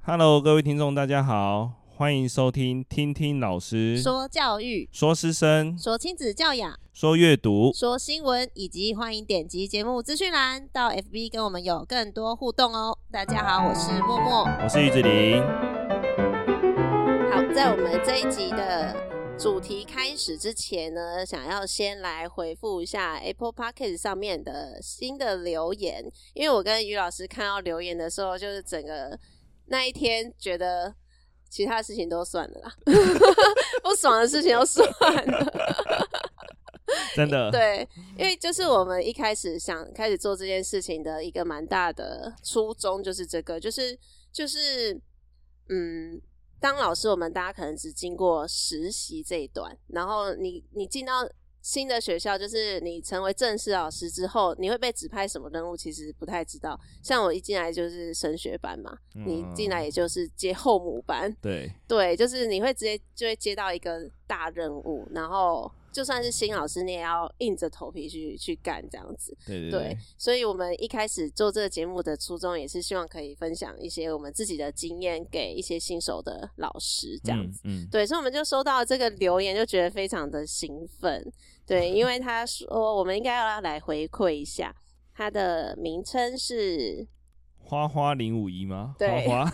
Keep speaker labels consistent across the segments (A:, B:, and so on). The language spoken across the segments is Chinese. A: Hello，各位听众，大家好，欢迎收听听听老师
B: 说教育、
A: 说师生、
B: 说亲子教养、
A: 说阅读。
B: 说新闻，以及欢迎点击节目资讯栏到 FB 跟我们有更多互动哦。大家好，我是默默。
A: 我是玉子玲，
B: 好，在我们这一集的主题开始之前呢，想要先来回复一下 Apple Podcast 上面的新的留言，因为我跟于老师看到留言的时候，就是整个那一天觉得其他事情都算了啦， 不爽的事情都算了。
A: 真的，
B: 对，因为就是我们一开始想开始做这件事情的一个蛮大的初衷，就是这个，就是就是，嗯，当老师，我们大家可能只经过实习这一段，然后你你进到新的学校，就是你成为正式老师之后，你会被指派什么任务，其实不太知道。像我一进来就是升学班嘛，
A: 嗯
B: 你进来也就是接后母班，
A: 对，
B: 对，就是你会直接就会接到一个大任务，然后就算是新老师，你也要硬着头皮去去干这样子。
A: 对对
B: 对，所以我们一开始做这个节目的初衷也是希望可以分享一些我们自己的经验给一些新手的老师这样子。，
A: 嗯，嗯
B: 对，所以我们就收到这个留言，就觉得非常的兴奋。对，因为他说我们应该要来回馈一下，他的名称是
A: 花花零五一吗？
B: 对
A: 花花，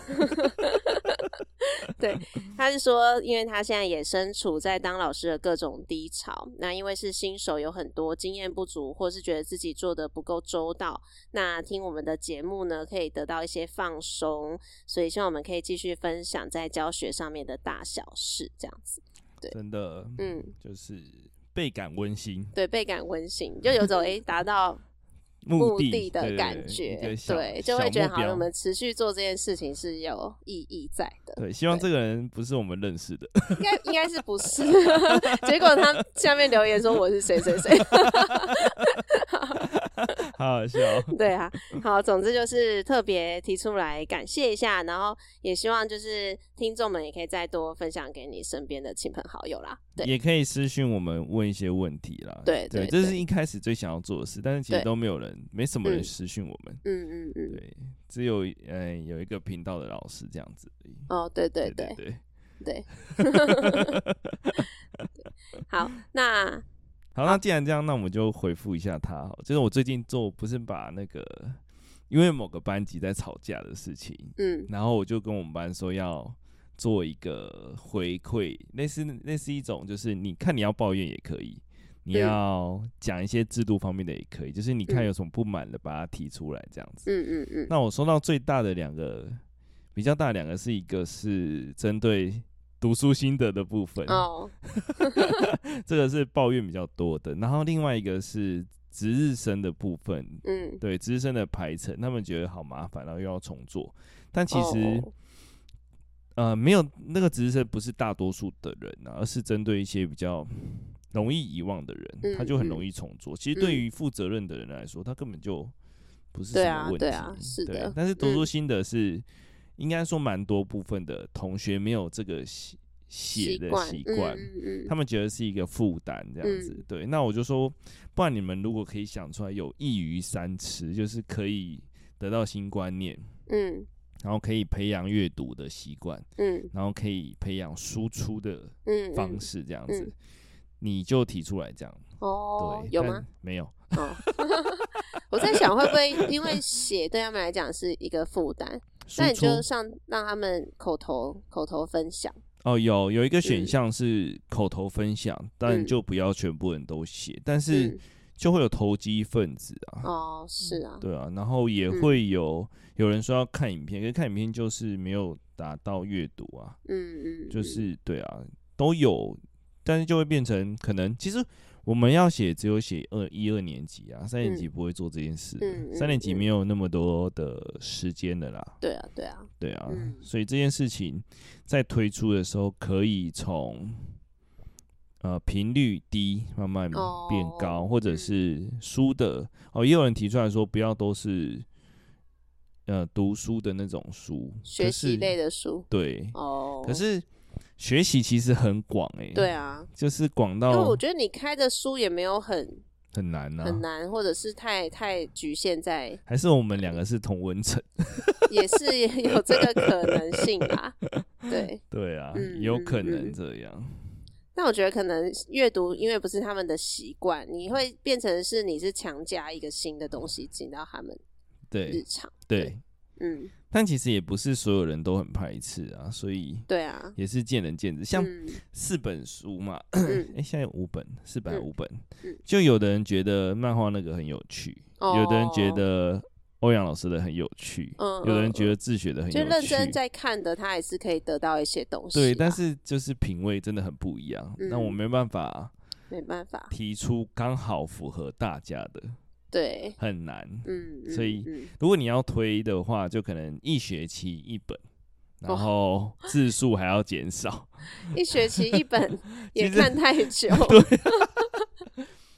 B: 对，他是说，因为他现在也身处在当老师的各种低潮，那因为是新手，有很多经验不足，或是觉得自己做的不够周到，那听我们的节目呢，可以得到一些放松，所以希望我们可以继续分享在教学上面的大小事，这样子。对
A: 真的，
B: 嗯，
A: 就是倍感温馨，
B: 对，倍感温馨，就有 种诶达到
A: 目
B: 的
A: 对对
B: 的
A: 对
B: 感觉，
A: 一个小
B: 就会觉
A: 小
B: 得
A: 目
B: 好像
A: 标
B: 我们持续做这件事情是有意义在的。
A: 对，希望
B: 对
A: 这个人不是我们认识的，
B: 应该应该是不是？ 结果他下面留言说我是谁谁谁。
A: 好好笑。
B: 对啊，好，总之就是特别提出来感谢一下，然后也希望就是听众们也可以再多分享给你身边的亲朋好友啦。对
A: 也可以私讯我们问一些问题啦。
B: 对
A: 对，
B: 对
A: 这是
B: 对
A: 一开始最想要做的事，但是其实
B: 对
A: 都没有人，没什么人
B: 嗯
A: 私讯我们。
B: 嗯嗯嗯，
A: 对，只有呃有一个频道的老师这样子而已。
B: 哦，对对
A: 对
B: 对
A: 对，
B: 对， 好，那
A: 好，那既然这样，那我们就回复一下他好了。就是我最近做，不是把那个因为某个班级在吵架的事情，
B: 嗯
A: 然后我就跟我们班说要做一个回馈，类似类似一种，就是你看你要抱怨也可以，你
B: 嗯
A: 要讲一些制度方面的也可以，就是你看
B: 嗯
A: 有什么不满的，把它提出来这样子。
B: 嗯嗯嗯，
A: 那我收到最大的两个，比较大的两个是一个是针对读书心得的部分，
B: 哦，
A: 这个是抱怨比较多的。然后另外一个是值日生的部分，
B: 嗯，
A: 对值日生的排程，他们觉得好麻烦，然后又要重做。但其
B: 哦
A: 实、呃，没有那个值日生不是大多数的人啊，而是针对一些比较容易遗忘的人，
B: 嗯
A: 他就很
B: 嗯
A: 容易重做。其实对
B: 嗯
A: 于负责任的人来说，他根本就不是
B: 对
A: 什
B: 啊
A: 么问题。
B: 对啊是
A: 对
B: 的
A: 但是读
B: 嗯
A: 书心得是、应该说蛮多部分的同学没有这个写写的习惯。
B: 嗯嗯
A: 他
B: 嗯，
A: 们觉得是一个负担，这样子、
B: 嗯
A: 对。那我就说，不然你们如果可以想出来有一鱼三吃，就是可以得到新观念，
B: 嗯
A: 然后可以培养阅读的习惯，
B: 嗯
A: 然后可以培养输出的
B: 嗯，
A: 方
B: 嗯
A: 式，这样子、
B: 嗯
A: 你就提出来这样。
B: 哦
A: 对，，
B: 有
A: 但
B: 吗？？
A: 没有，
B: 哦， 我在想会不会因为写对他们来讲是一个负担，
A: 输
B: 那你
A: 出
B: 就上让他们口头口头分享，
A: 哦，有有一个选
B: 嗯
A: 项是口头分享，但
B: 嗯
A: 就不要全部人都写，但是
B: 嗯
A: 就会有投机分子啊。
B: 哦，是啊，
A: 对啊，然后也
B: 嗯
A: 会有、有人说要看影片，可是看影片就是没有达到阅读啊，
B: 嗯嗯，
A: 就
B: 嗯
A: 是对啊，都有，但是就会变成可能其实我们要写只有写二一二年级啊，三年
B: 嗯
A: 级不会做这件事的，
B: 嗯
A: 三
B: 嗯
A: 年级
B: 嗯
A: 没有那么多的时间的啦，
B: 对啊，对啊，
A: 对啊，
B: 嗯
A: 所以这件事情在推出的时候可以从。呃，频率低，慢慢变
B: 哦
A: 高，或者
B: 嗯
A: 是书的哦，也有人提出来说，不要都是呃读书的那种书，
B: 学习类
A: 的，
B: 的书
A: 对，
B: 哦，
A: 可是学习其实很广哎、
B: 对啊，
A: 就是广
B: 因为
A: 到
B: 我觉得你开的书也没有很
A: 很难呐、
B: 很难，或者是太太局限在，
A: 还是我们两个是同温层？
B: 也是也有这个可能性 啦。对，
A: 对啊，
B: 嗯
A: 有可
B: 嗯
A: 能
B: 嗯
A: 这样。
B: 但我觉得可能阅读，因为不是他们的习惯，你会变成是你是强加一个新的东西进到他们日
A: 对
B: 常。
A: 对，
B: 嗯，
A: 但其实也不是所有人都很排斥啊，所以
B: 对啊，
A: 也是见仁见智。像
B: 嗯
A: 四本书嘛，
B: 嗯
A: 哎、现在有五本，四本还
B: 嗯
A: 五本
B: 嗯，
A: 就有的人觉得漫画那个很有趣，有的人觉
B: 哦
A: 得欧阳老师的很有趣，
B: 嗯
A: 有的人
B: 嗯
A: 觉得自学的很有
B: 就
A: 趣，
B: 认真在啊看的，他还是可以得到一些东西啦。
A: 对，但是就是品味真的很不一样。那我
B: 嗯
A: 没办法
B: 没办法，
A: 提出刚好符合大家的，
B: 对，
A: 很难。
B: 嗯，嗯
A: 所以
B: 嗯
A: 如果你要推的话，就可能一学期一本，然后字数还要减少。
B: 一学期一本也
A: 其实
B: 看太 久，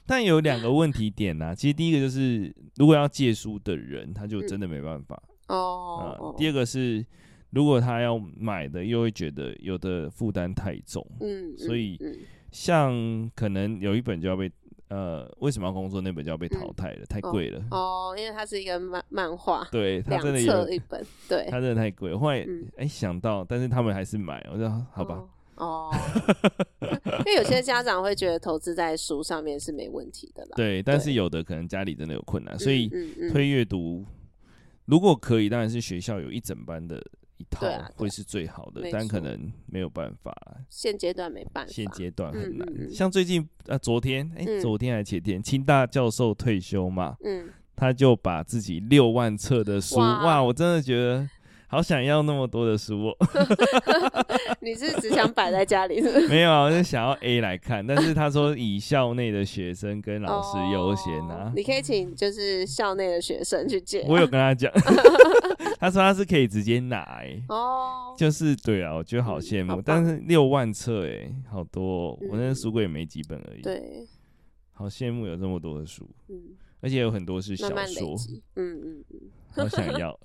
A: 但有两个问题点呢、其实第一个就是，如果要借书的人，他就真的没办法啊、
B: 哦。
A: 第二个是，如果他要买的，又会觉得有的负担太重。
B: 嗯，嗯
A: 所以
B: 嗯
A: 像可能有一本就要被呃，为什么要工作那本就要被淘汰了，太贵了。
B: 哦，因为它是一个漫漫画，
A: 对他
B: 两
A: 真的
B: 册
A: 有，
B: 一本，对，
A: 他真的太贵了。后来哎、
B: 嗯
A: 诶想到，但是他们还是买，我说好吧，
B: 哦。 哦，因为有些家长会觉得投资在书上面是没问题的啦。
A: 对。但是
B: 对
A: 有的可能家里真的有困难，
B: 嗯，
A: 所以
B: 嗯嗯
A: 推阅读如果可以，当然是学校有一整班的一套
B: 对啊对
A: 会是最好的
B: 没，
A: 但可
B: 错
A: 能没有办法，
B: 现阶段没办法。
A: 现阶段
B: 嗯
A: 很
B: 嗯
A: 难。
B: 嗯
A: 像最近啊，昨天哎、
B: 嗯
A: 昨天还前天，清大教授退休嘛，
B: 嗯，
A: 他就把自己六万册的书，
B: 哇
A: 哇，我真的觉得好想要那么多的书、哦。
B: 你是只想摆在家里是不 是
A: 没有啊，我是想要 A 来看，但是他说以校内的学生跟 老师优先
B: 哦
A: 啊。
B: 你可以请就是校内的学生去借啊。
A: 我有跟他讲， 他说他是可以直接拿、欸，
B: 哦，嗯
A: 就是对啊，我觉得好羡
B: 好
A: 慕，
B: 棒
A: 但是六万册哎、好多哦、
B: 嗯
A: 我那书柜也没几本而已，
B: 对，
A: 好羡慕有这么多的书，
B: 嗯，
A: 而且有很多是小
B: 慢慢累
A: 说，
B: 积， 嗯嗯嗯，
A: 好想 要，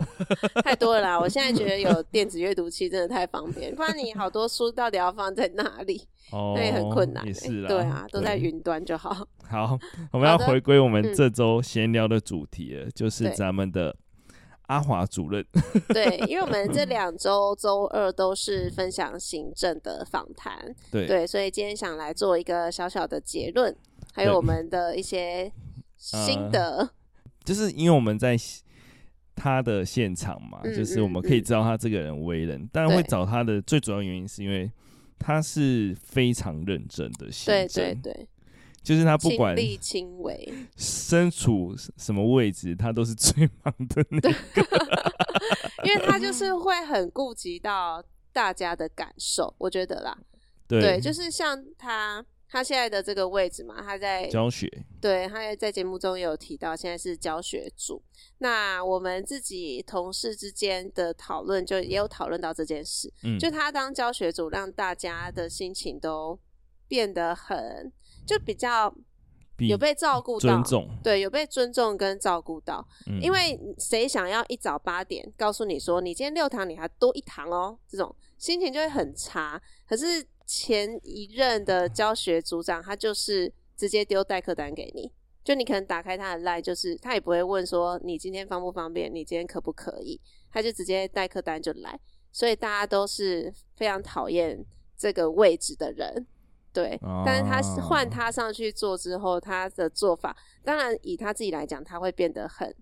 B: 太多了啦！我现在觉得有电子阅读器真的太方便，不然你好多书到底要放在哪里，
A: 哦，
B: 那也很困难、欸。
A: 也是啦，
B: 对啊，都在
A: 对
B: 云端就好。
A: 好，我们要
B: 好的
A: 回归我们
B: 嗯
A: 这周闲聊的主题了，就是
B: 对
A: 咱们的阿华主 任。
B: 对，因为我们这两周周二都是分享行政的访谈，
A: 对，
B: 对，所以今天想来做一个小小的结论，还有
A: 对呃
B: 我们的一些心得。
A: 就是因为我们在他的现场嘛，
B: 嗯
A: 就是我们
B: 嗯
A: 可以
B: 嗯
A: 知道他这个人为人，但会找他的最主要原因是因为他是非常认真的行
B: 对
A: 政，
B: 对对，
A: 就是他不
B: 亲
A: 管
B: 力亲为，
A: 身处什么位置，他都是最忙的那个。
B: 因为 他就是会很顾及到大家的感受，我觉得啦，
A: 对，
B: 对，就是像他。他现在的这个位置嘛，他在
A: 教学，
B: 对，他也在节目中也有提到，现在是教学组。那我们自己同事之间的讨论，就也有讨论到这件事。
A: 嗯，
B: 就他当教学组，让大家的心情都变得很，就比较
A: 比
B: 有被照顾到
A: 尊，重，
B: 对，有被尊重跟照顾到。
A: 嗯
B: 因为谁想要一早八点告诉你说你今天六堂你还多一堂哦，这种心情就会很差。可是前一任的教学组长他就是直接丢代课单给你，就你可能打开他的 line，就是他也不会问说你今天方不方便，你今天可不可以，他就直接代课单就来，所以大家都是非常讨厌这个位置的人。对，但是他是
A: 哦
B: 换他上去做之后，他的做法当然以他自己来讲，他会变得很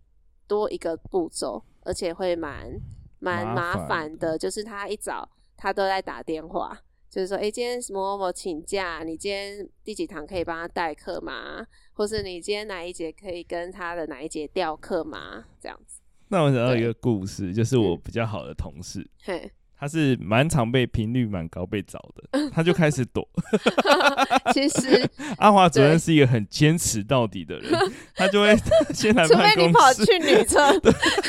B: 多一个步骤，而且会蛮蛮
A: 麻
B: 麻
A: 烦
B: 烦的。就是他一早他都在打电话，就是说，哎、今天某某某请假，你今天第几堂可以帮他代课吗？或是你今天哪一节可以跟他的哪一节调课吗？这样子，
A: 那我想到一
B: 对
A: 个故事，就是我
B: 嗯
A: 比较好的同事，
B: 嘿，
A: 他是蛮常被频率蛮高被找的，他就开始躲。
B: 其 实
A: 阿华主任
B: 对
A: 是一个很坚持到底的人，他就 会先来
B: 除
A: 办
B: 非你
A: 公
B: 跑
A: 室，
B: 去女厕，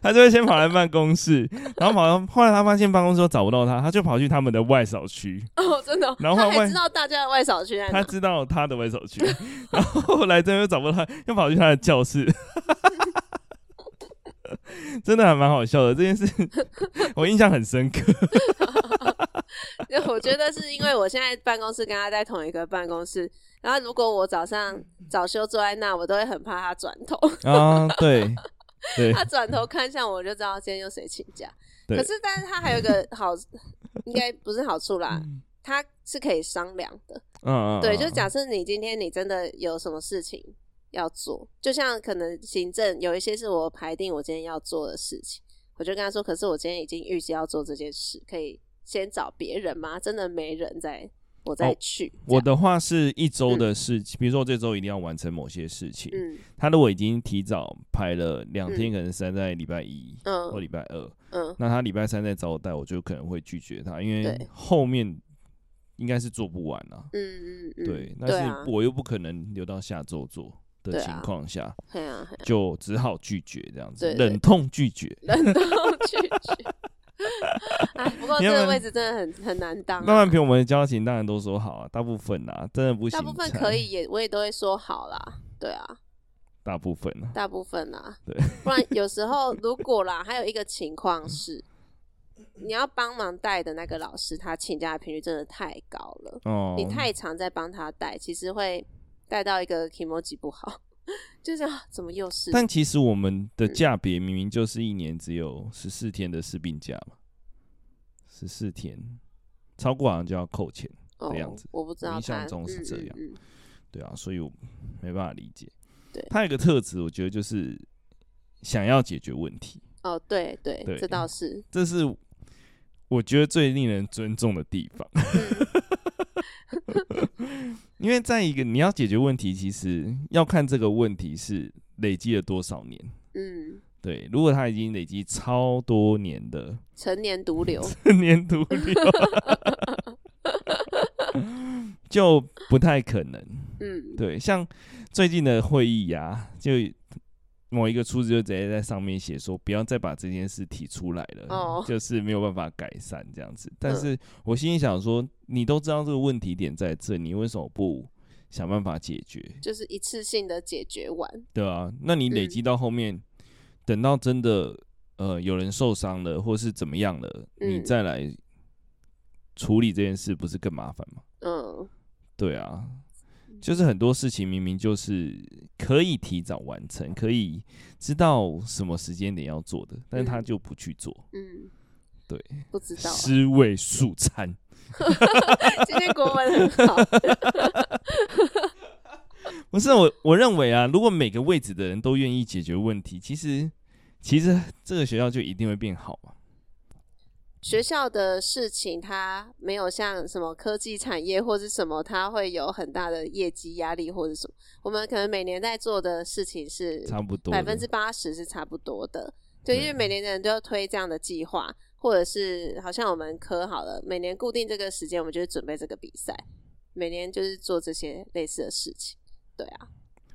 A: 他就会先跑来办公室，然后跑到后来他发现办公室都找不到他，他就跑去他们的外扫区，
B: 哦，真的哦、
A: 然后
B: 他还
A: 外
B: 知道大家的外扫区在
A: 他
B: 哪，
A: 知道他的外扫区， 然后后来真的又找不到他，又跑去他的教室。 真的还蛮好笑的这件事，我印象很深刻。
B: 就我觉得是因为我现在办公室跟他在同一个办公室，然后如果我早上
A: 嗯
B: 早休坐在那，我都会很怕他转头，
A: 啊，对对
B: 他转头看向我就知道今天有谁请假。
A: 对
B: 可是，但是他还有一个好，应该不是好处啦，
A: 嗯
B: 他是可以商量的。
A: 嗯，
B: 对，
A: 嗯
B: 就假设你今天你真的有什么事情要做，就像可能行政有一些是我排定我今天要做的事情，我就跟他说，可是我今天已经预计要做这件事，可以先找别人吗？真的没人再我再
A: 哦
B: 去。
A: 我
B: 这
A: 的话是一周
B: 嗯
A: 的事情，比如说这周一定要完成某些事情，
B: 样
A: 他如果已经提早排了两天，
B: 嗯
A: 可能是在礼拜一
B: 嗯
A: 或礼拜二，
B: 嗯嗯
A: 那他礼拜三再找我带，我就可能会拒绝他，因为
B: 对
A: 后面应该是做不完啊。
B: 嗯嗯嗯，
A: 对，但
B: 对啊
A: 是，我又不可能留到下周做的
B: 对啊
A: 情况下，
B: 对啊，嘿啊
A: 就只好拒绝这样子，
B: 对对
A: 忍痛拒绝。
B: 人都拒绝。哎，不过
A: 你要
B: 这
A: 不
B: 个
A: 然
B: 位置真的很很难当、
A: 那
B: 啊
A: 然，凭我们的交情，当然都说好啊，大部分啊，真的不行，
B: 大部分可，以也我也都会说好啦，对啊。
A: 大部分啊，
B: 大部分啦，
A: 对，
B: 不然有时候如果啦，还有一个情况是，你要帮忙带的那个老师，他请假的频率真的太高了，
A: 哦，
B: 你太常在帮他带，其实会带到一个 emoji 不好，就是啊，怎么又是？嗯
A: 但其实我们的价别明明就是一年只有十四天的士病假嘛，十四天超过好像就要扣钱，
B: 哦
A: 的样子
B: 我不知道他，
A: 印象中是这样
B: 嗯嗯嗯
A: 对啊，所以我没办法理解。
B: 对
A: 他有一个特质，我觉得就是想要解决问题，
B: 哦，对对，
A: 对
B: 这倒是，
A: 这是我觉得最令人尊重的地方。
B: 嗯
A: 因为在一个你要解决问题，其实要看这个问题是累积了多少年。
B: 嗯，
A: 对，如果他已经累积超多年的
B: 成年毒瘤，
A: 粘土流，就不太可能。
B: 嗯，
A: 对，像最近的会议呀、就某一个出资就直接在上面写说，不要再把这件事提出来了，
B: 哦
A: 就是没有办法改善这样子。但是我心里想说，你都知道这个问题点在这，你为什么不想办法解决？
B: 就是一次性的解决完，
A: 对啊，那你累
B: 嗯
A: 积到后面，等到真的呃有人受伤了，或是怎么样了，你
B: 嗯
A: 再来处理这件事，不是更麻烦吗？
B: 嗯
A: 对啊，就是很多事情明明就是可以提早完成，可以知道什么时间点要做的，但是他
B: 嗯
A: 就不去做，
B: 嗯，
A: 对，
B: 不知道啊。啊
A: 尸位素餐。
B: 今天国文很好，
A: 不是我，我认为啊，如果每个位置的人都愿意解决问题，其实其实这个学校就一定会变好嘛。
B: 学校的事情，它没有像什么科技产业或是什么，它会有很大的业绩压力或者什么。我们可能每年在做的事情是
A: 差不多的
B: 百分之八十是差不多的，对，
A: 对
B: 因为每年的人都要推这样的计划，或者是好像我们科好了，每年固定这个时间，我们就是准备这个比赛，每年就是做这些类似的事情。对啊，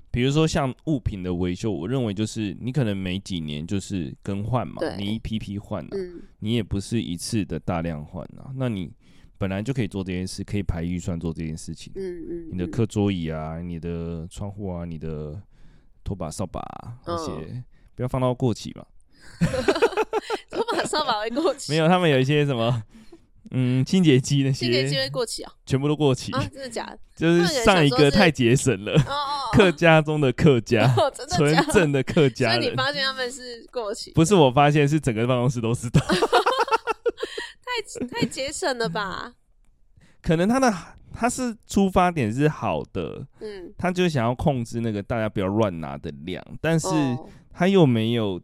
A: 比如说像物品的维修，我认为就是你可能每几年就是更换嘛，
B: 对
A: 你一批批换啊，
B: 嗯
A: 你也不是一次的大量换啊。那你本来就可以做这件事，可以排预算做这件事情。
B: 嗯嗯，
A: 你的
B: 嗯
A: 课桌椅啊，你的窗户啊，你的拖把、扫把啊
B: 嗯
A: 那些，不要放到过期嘛。
B: 我 马上把会过期，
A: 没有，他们有一些什 么，嗯，清洁剂那
B: 新年机
A: 些
B: 会过期啊？
A: 全部都过期，
B: 啊，真的假的？
A: 就是上一个太节省了，
B: 哦哦，哦
A: 客家中的客家，
B: 哦， 真的
A: 纯
B: 假的？
A: 正的客
B: 所
A: 家
B: 以
A: 人
B: 你。发现他们是过期，
A: 不是我发现，是整个办公室都知道。
B: 太太节省了吧？
A: 可能他的他是出发点是好的，
B: 嗯，
A: 他就想要控制那个大家不要乱拿的量，但是
B: 哦，
A: 他又没有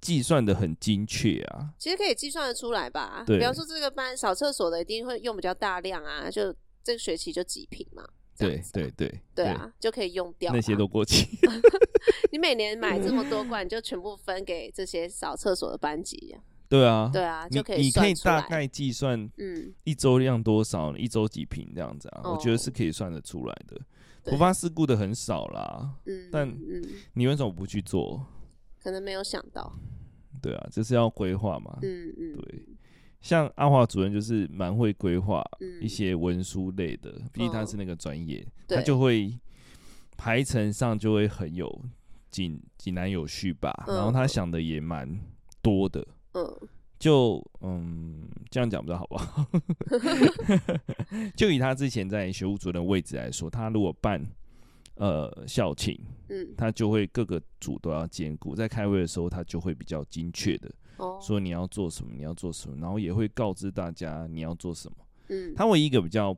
A: 计算的很精确啊。
B: 其实可以计算得出来吧？
A: 对
B: 比方说这个班扫厕所的一定会用比较大量啊，就这个学期就几瓶嘛。这样
A: 对
B: 子啊
A: 对对
B: 对啊，就可以用掉啊
A: 那些都。过期。
B: 你每年买这么多罐，你就全部分给这些扫厕所的班级啊。
A: 对啊，
B: 对啊，
A: 你
B: 就可
A: 你可以
B: 算出
A: 大
B: 来。
A: 概计算
B: 嗯，
A: 一周量多少，一周几瓶这样子啊，
B: 哦
A: 我觉得是可以算得出来的。
B: 对
A: 突发事故的很少啦，
B: 嗯，
A: 但
B: 嗯，
A: 你为什么不去做？
B: 可能没有想到。
A: 对啊，就是要规划嘛。
B: 嗯嗯，
A: 对，像阿华主任就是蛮会规划
B: 嗯
A: 一些文书类的，毕竟他
B: 嗯
A: 是那个专业，
B: 对
A: 他就会排程上就会很有井井然有序吧。然后
B: 嗯
A: 他想的也蛮多的，
B: 嗯
A: 就嗯，这样讲不知道好不 好？就以他之前在学务主任的位置来说，他如果办呃校庆，
B: 嗯，
A: 他就会各个组都要兼顾，在开会的时候，他就会比较精确的
B: 哦，
A: 说你要做什么，你要做什么，然后也会告知大家你要做什么。
B: 嗯，
A: 他唯一一个比较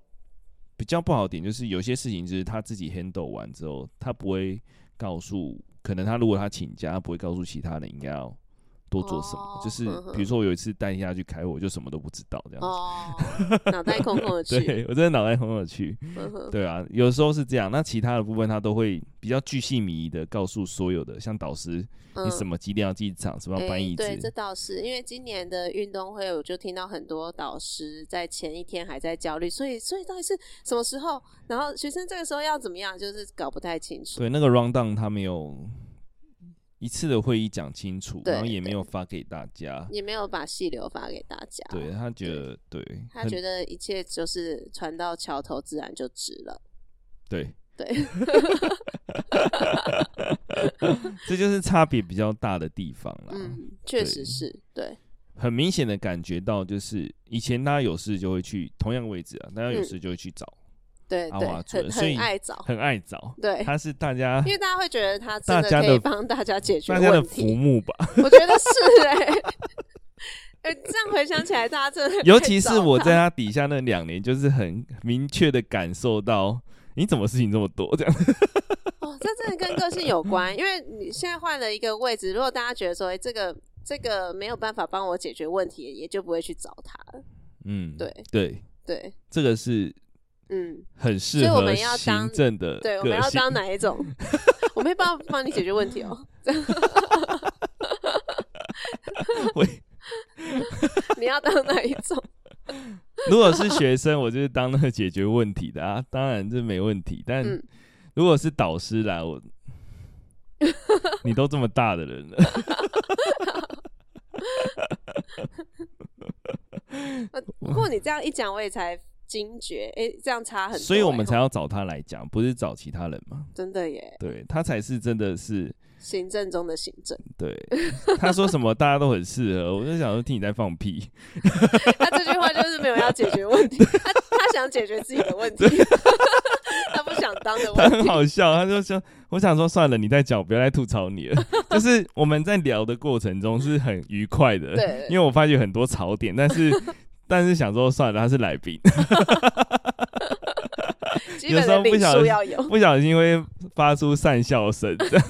A: 比较不好的点就是，有些事情就是他自己 handle 完之后，他不会告诉，可能他如果他请假，他不会告诉其他人应该要多做什么。
B: 哦
A: 就是
B: 嗯哼
A: 比如说我有一次带他去开会，我就什么都不知道这样子。
B: 哦，脑袋空空的去，
A: 对我真的脑袋很有趣，
B: 嗯哼
A: 对啊，有时候是这样。那其他的部分他都会比较巨细靡遗的告诉所有的，像导师
B: 嗯
A: 你什么几点要进场，什么要
B: 哎
A: 搬椅
B: 对，这
A: 子，
B: 倒是因为今年的运动会，我就听到很多导师在前一天还在焦虑，所以所以到底是什么时候？然后学生这个时候要怎么样，就是搞不太清楚。
A: 对那个 round down 他没有一次的会议讲清楚，
B: 对
A: 然后也
B: 对
A: 没有发给大家。
B: 也没有把细流发给大家，
A: 对他觉得对，
B: 他
A: 很
B: 觉得一切就是船到桥头自然就直了。
A: 对
B: 对，
A: 这就是差别比较大的地方啦。
B: 嗯，确实是对，
A: 很明显的感觉到，就是以前大家有事就会去同样位置啊，大家有
B: 嗯
A: 事就会去找，
B: 对
A: 阿
B: 对
A: 华，主任
B: 很
A: 啊所以
B: 很爱找，
A: 很爱找。
B: 对，
A: 他是大家
B: 因为大家会觉得他真
A: 大
B: 的
A: 家
B: 可
A: 的
B: 以帮大家解决
A: 大家的
B: 问
A: 浮
B: 题，
A: 木 吧，
B: 我觉得是哎、欸。 哎这样回想起来，大家真的 很
A: 尤其
B: 爱
A: 是
B: 找
A: 我
B: 他
A: 在他底下那两年，就是很明确的感受到，你怎么事情这么多这样。
B: 哦，这真的跟个性有关，因为你现在换了一个位置，如果大家觉得说，哎、这个这个没有办法帮我解决问题，也就不会去找他了。
A: 嗯，
B: 对
A: 对，
B: 对，
A: 这个是
B: 嗯，
A: 很
B: 所
A: 适
B: 以我
A: 合
B: 们要当
A: 行政的
B: 对，我们
A: 个
B: 要
A: 性。
B: 当哪一种？ 我没办法帮你解决问题哦，
A: 我
B: 你要当哪一种？
A: 如果是学生，我就是当那个解决问题的啊，当然这没问题。但
B: 嗯
A: 如果是导师来， 我你都这么大的人了，
B: 不
A: 嗯
B: 过你这样一讲，我也才惊觉，哎、这样差很多欸、
A: 所以我们才
B: 吼
A: 要找他来讲，不是找其他人嘛？
B: 真的耶，
A: 对他才是真的是
B: 行政中的行政，
A: 对他说什么大家都很适合，我就想说听你在放屁，
B: 他这句话就是没有要解决问题， 他他想解决自己的问题， 他不想当的
A: 他
B: 问
A: 很
B: 题。
A: 好笑，他就说我想说算了，你再讲，我不要再吐槽你了。 就是我们在聊的过程中是很愉快的，
B: 对
A: 因为我发觉很多槽点，但是但是想说算了，他是来宾。
B: 基本的
A: 有
B: 礼
A: 时候不小
B: 数
A: 心
B: 要有，
A: 不小心会发出善笑声， 这样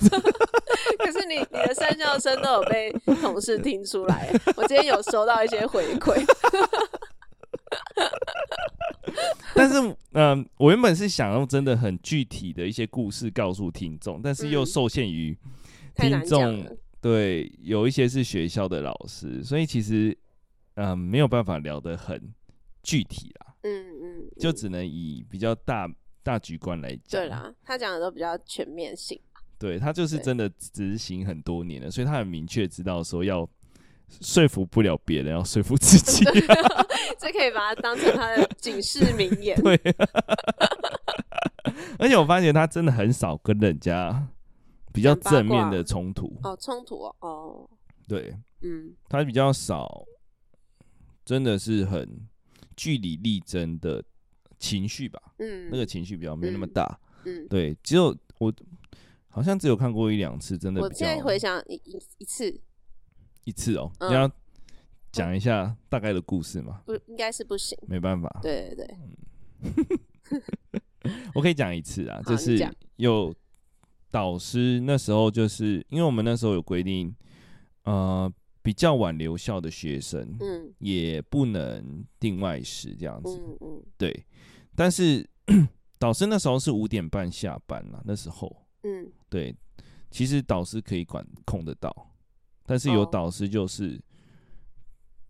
B: 可是你你的三笑声都有被同事听出来， 我今天有收到一些回 馈，
A: 但是，嗯、我原本是想用真的很具体的一些故事告诉听众，但是又
B: 嗯
A: 受限于
B: 太
A: 听
B: 难讲
A: 众、
B: 了。
A: 对，有一些是学校的老师，所以其实，嗯、没有办法聊得很具体啦，
B: 嗯嗯，
A: 就
B: 嗯
A: 只能以比较大大局观来讲。
B: 对，啦，他讲的都比较全面性。
A: 对他就是
B: 对
A: 真的执行很多年了，所以他很明确知道说要说服不了别人，要说服自己。啊
B: 这可以把它当成他的警示名言。
A: 对，啊而且我发觉他真的很少跟人家比较正面的冲突，
B: 哦，冲突哦，哦，
A: 对
B: 嗯
A: 他比较少，真的是很据理力争的情绪吧，
B: 嗯，
A: 那个情绪比较没有那么
B: 嗯
A: 大。
B: 嗯，
A: 对，只有我好像只有看过一两次，真的
B: 我
A: 比
B: 现在
A: 较
B: 回想一一一次，
A: 一次哦。
B: 嗯
A: 你要讲一下大概的故事嘛？
B: 不应该是不行。
A: 没办法，
B: 对对对，
A: 我可以讲一次啊，就
B: 好你
A: 是
B: 讲
A: 有导师那时候就是因为我们那时候有规定，呃，比较晚留校的学生、
B: 嗯
A: 也不能定外食这样子，
B: 嗯嗯
A: 对。但是 导师那时候是五点半下班啦，那时候
B: 嗯，
A: 对，其实导师可以管控得到，但是有
B: 哦
A: 导师就是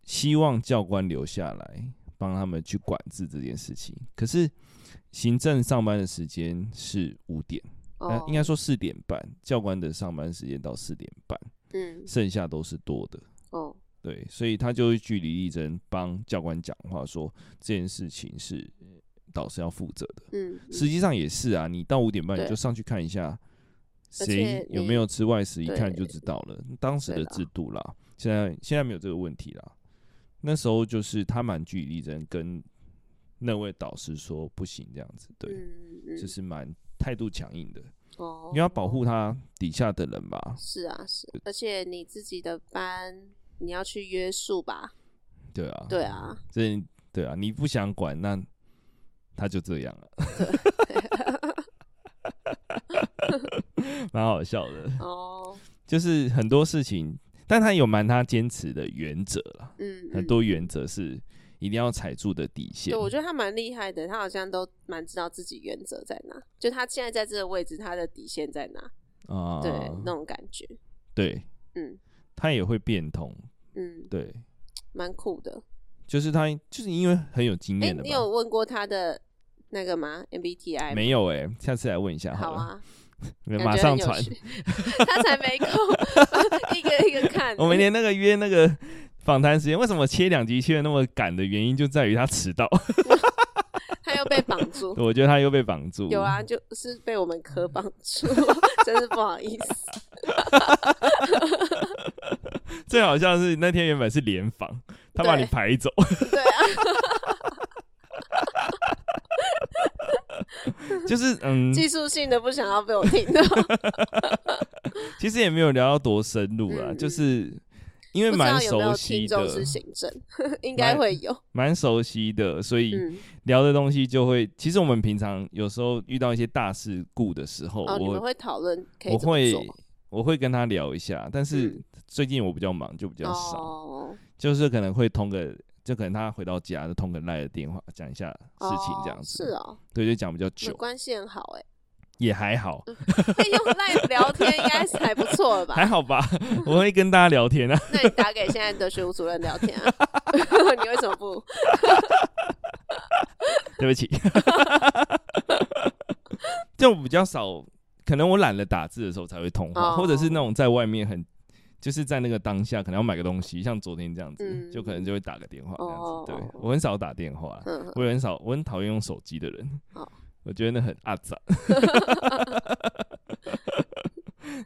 A: 希望教官留下来帮他们去管制这件事情，可是行政上班的时间是五点。呃
B: 哦，，
A: 应该说四点半，教官的上班时间到四点半，
B: 嗯
A: 剩下都是多的。
B: 哦，
A: 对，所以他就会据理力争，帮教官讲话，说这件事情是导师要负责的。
B: 嗯，嗯
A: 实际上也是啊，你到五点半你
B: 对
A: 就上去看一下
B: 而
A: 谁
B: 且
A: 有
B: 你
A: 没有吃外食，一看就
B: 对
A: 知道了。当时
B: 对
A: 的
B: 啦
A: 制度啦，现在现在没有这个问题啦。那时候就是他蛮据理力争，跟那位导师说不行这样子，对，
B: 嗯嗯，
A: 就是蛮态度强硬的，
B: 哦，
A: 你要保护他底下的人吧，
B: 是啊是，而且你自己的班你要去约束吧，
A: 对啊，
B: 对，啊，
A: 这对啊，你不想管，那他就这样了， 蛮好笑的，
B: 哦，
A: 就是很多事情，但他有蛮他坚持的原则啦，
B: 嗯，
A: 很
B: 嗯
A: 多原则是一定要踩住的底线
B: 对，，我觉得他蛮厉害的，他好像都蛮知道自己原则在哪，就他现在在这个位置，他的底线在哪，
A: 啊，
B: 对，那种感觉，
A: 对，
B: 嗯
A: 他也会变通，
B: 嗯，
A: 对，
B: 蛮酷的。
A: 就是他就是因为很有经
B: 哎、
A: 验的
B: 你
A: 嘛
B: 有，问过他的那个吗？MBTI 吗
A: 没有哎、下次来问一下
B: 好
A: 了，
B: 啊，
A: 没有
B: 感觉
A: 马
B: 很
A: 上
B: 有
A: 传。
B: 趣 他才没空，一个一个看。
A: 我们连那个约那个访谈时间，为什么切两集切的那么赶的原因，就在于他迟 到，
B: 他又被绑住，
A: 我觉得他又被绑住。
B: 有，啊，就是被我们科绑住， 真是不好意思。
A: 最好像是那天原本是联访，他把你
B: 对
A: 排走，
B: 对啊，
A: 就是嗯，
B: 技术性的不想要被我听 到，
A: 其实也没有聊到多深入啦，
B: 嗯嗯
A: 就是因为
B: 不知道
A: 蛮
B: 有没有
A: 熟
B: 听
A: 悉
B: 众
A: 的，
B: 是行政，应该会有。
A: 蛮熟悉的，所以
B: 嗯，
A: 聊的东西就会，其实我们平常有时候遇到一些大事故的时候，
B: 哦，你们
A: 我
B: 会讨论可以
A: 我
B: 怎么
A: 会
B: 做
A: 我会跟他聊一下，但是
B: 嗯
A: 最近我比较忙，就比较少，
B: 哦，
A: 就是可能会通个，就可能他回到家就通个赖的电话，讲一下事情这样子，
B: 哦是哦，
A: 对，就讲比较
B: 你们
A: 久，
B: 关嗯系很好哎、
A: 也还好，
B: 可以用 Line 聊天，应该是还不错了吧？
A: 还好吧， 我会跟大家聊天啊，
B: 那你打给现在的学务主任聊天啊？ 你为什么不？
A: 对不起，就比较少，可能我懒得打字的时候才会通话，
B: 哦
A: 或者是那种在外面很，就是在那个当下可能要买个东西，像昨天这样子，
B: 嗯
A: 就可能就会打个电话这样子。
B: 哦
A: 对我很少打电话，
B: 嗯，
A: 我也很少，我很讨厌用手机的人，
B: 哦
A: 我觉得那很阿 杂，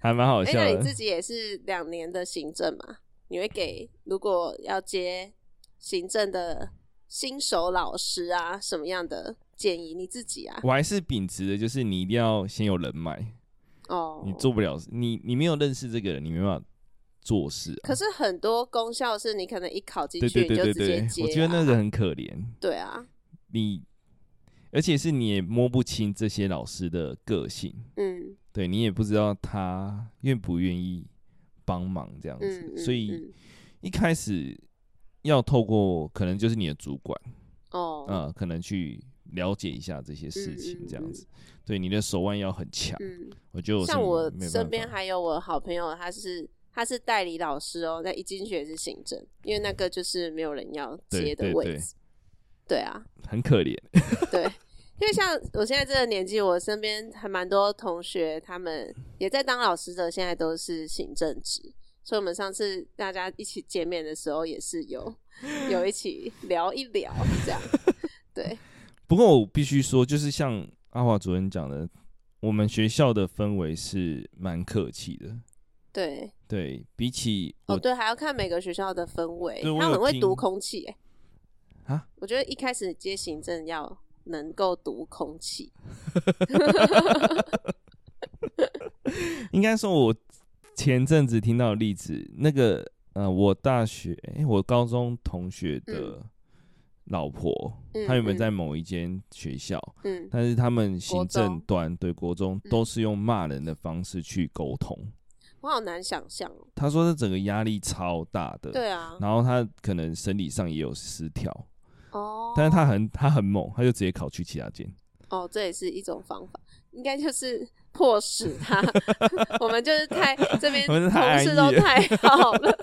A: 还蛮好
B: 哎、
A: 笑啊
B: 那
A: 的。
B: 你自己也是两年的行政嘛？你会给如果要接行政的新手老师啊，什么样的建议？你自己啊？
A: 我还是秉持的，就是你一定要先有人脉，
B: 哦，
A: 你做不了，你你没有认识这个人，你没办法做事、啊。
B: 可是很多功效是你可能一考进
A: 对
B: 去
A: 对
B: 你就
A: 对对
B: 直接
A: 对
B: 接、，啊，
A: 我觉得那个很可怜，
B: 对啊，
A: 你而且是你也摸不清这些老师的个性，
B: 嗯
A: 对你也不知道他愿不愿意帮忙这样子，
B: 嗯，嗯
A: 所以
B: 嗯
A: 一开始要透过可能就是你的主管，
B: 哦，
A: 呃，可能去了解一下这些事
B: 嗯嗯
A: 情这
B: 嗯
A: 样子，对你的手腕要很强，
B: 嗯，
A: 我觉得我是
B: 像我
A: 没有
B: 身
A: 办
B: 边
A: 法
B: 还有我好朋友，他是他是代理老师哦，那一进去也是行政，因为那个就是没有人要接
A: 对
B: 的
A: 对
B: 位
A: 对
B: 置。对啊，
A: 很可怜，
B: 对，因为像我现在这个年纪，我身边还蛮多同学，他们也在当老师的，现在都是行政职。所以我们上次大家一起见面的时候，也是有有一起聊一聊这样。对，
A: 不过我必须说，就是像阿华主任讲的，我们学校的氛围是蛮客气的。
B: 对，
A: 对比起我，
B: 哦对，还要看每个学校的氛围
A: 对，我
B: 他
A: 有
B: 很会
A: 听
B: 读空气、欸。
A: 啊，
B: 我觉得一开始接行政要能够读空气。
A: 应该说我前阵子听到的例子，那个呃，我大学、诶我高中同学的老婆，
B: 嗯
A: 她原本
B: 嗯
A: 在某一间学校，
B: 嗯，
A: 但是他们行政
B: 中
A: 端对国中
B: 嗯
A: 都是用骂人的方式去沟通。
B: 我好难想象哦。
A: 她说这整个压力超大的，
B: 对啊，
A: 然后她可能生理上也有失调，
B: 哦，
A: 但是她很她很猛，她就直接考去其他间。
B: 哦，这也是一种方法，应该就是迫使他。 我们就是太这边
A: 我们
B: 同
A: 是太安
B: 事都
A: 逸了
B: 太好 了，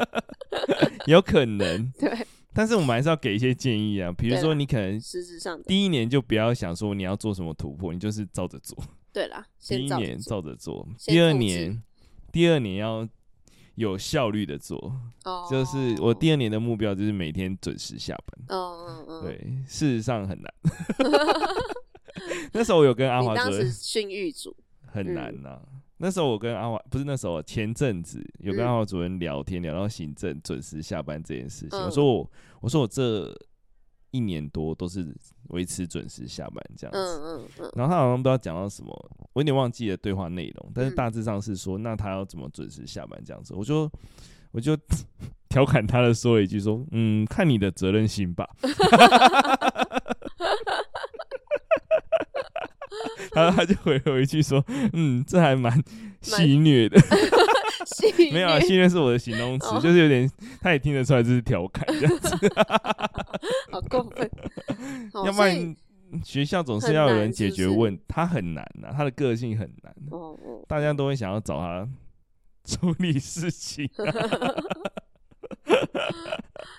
A: 有可能，
B: 对，
A: 但是我们还是要给一些建议啊，比如
B: 对
A: 说
B: 啦
A: 你可能
B: 实质上的，
A: 第一年就不要想说你要做什么突破，你就是照着做。
B: 对啦，
A: 第
B: 先
A: 一
B: 照着
A: 年
B: 做
A: 照着做，
B: 先
A: 第二
B: 复制
A: 年，第二年要有效率的做。
B: 哦，
A: 就是我第二年的目标就是每天准时下班。
B: 嗯嗯嗯，
A: 对，事实上很难。 那时候我有跟阿
B: 你
A: 华
B: 当嗯
A: 说
B: 时训育组，
A: 很难呐、啊那时候我跟阿华不是那时候啊前阵子有跟
B: 嗯
A: 阿华主任聊天，聊到行政准时下班这件事情。
B: 嗯
A: 我说我我说我这一年多都是维持准时下班这样子。
B: 嗯嗯嗯，
A: 然后他好像不知道讲到什么，我有点忘记了对话内容，但是
B: 嗯
A: 大致上是说，那他要怎么准时下班这样子，我就我就 调侃他的说了一句说，嗯，看你的责任心吧。 然后他就回了我一句说，嗯，这还蛮戏虐的，
B: 戏
A: 没有、啊，
B: 虐
A: 戏虐是我的形容词，
B: 哦
A: 就是有点，他也听得出来这是调侃这样子，
B: 好过 分。哦
A: 要不
B: 所以
A: 然学校总是
B: 很
A: 要有
B: 难
A: 人
B: 是
A: 解
B: 不
A: 决
B: 是
A: 问，他很难呐、他的个性很难。
B: 哦哦，
A: 大家都会想要找他 处理事情。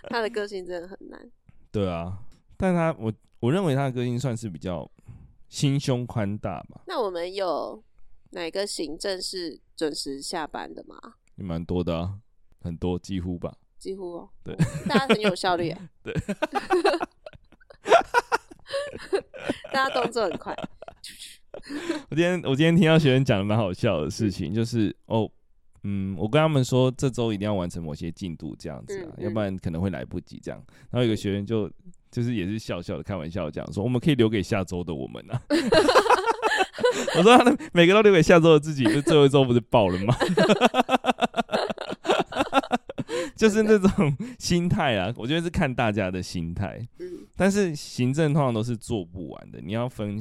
B: 他的个性真的很难。
A: 对啊，但他我我认为他的个性算是比较心胸宽大吧，
B: 那我们有哪个行政是准时下班的吗？
A: 也蛮多的啊，很多几乎吧。
B: 几乎哦，
A: 对
B: 哦，大家很有效率啊耶，
A: 对，
B: 大家动 作很快，
A: 我今天我今天听到学生讲的蛮好笑的事情，就是哦。嗯，我跟他们说这周一定要完成某些进度，这样子啊，
B: 嗯嗯嗯
A: 要不然可能会来不及这样。然后有个学员就就是也是笑笑的开玩笑地讲说，我们可以留给下周的我们啊。 我说他们每个都留给下周的自己，就最后一周不是爆了吗？ 就是那种心态啊，我觉得是看大家的心态。
B: 嗯，
A: 但是行政通常都是做不完的，你要分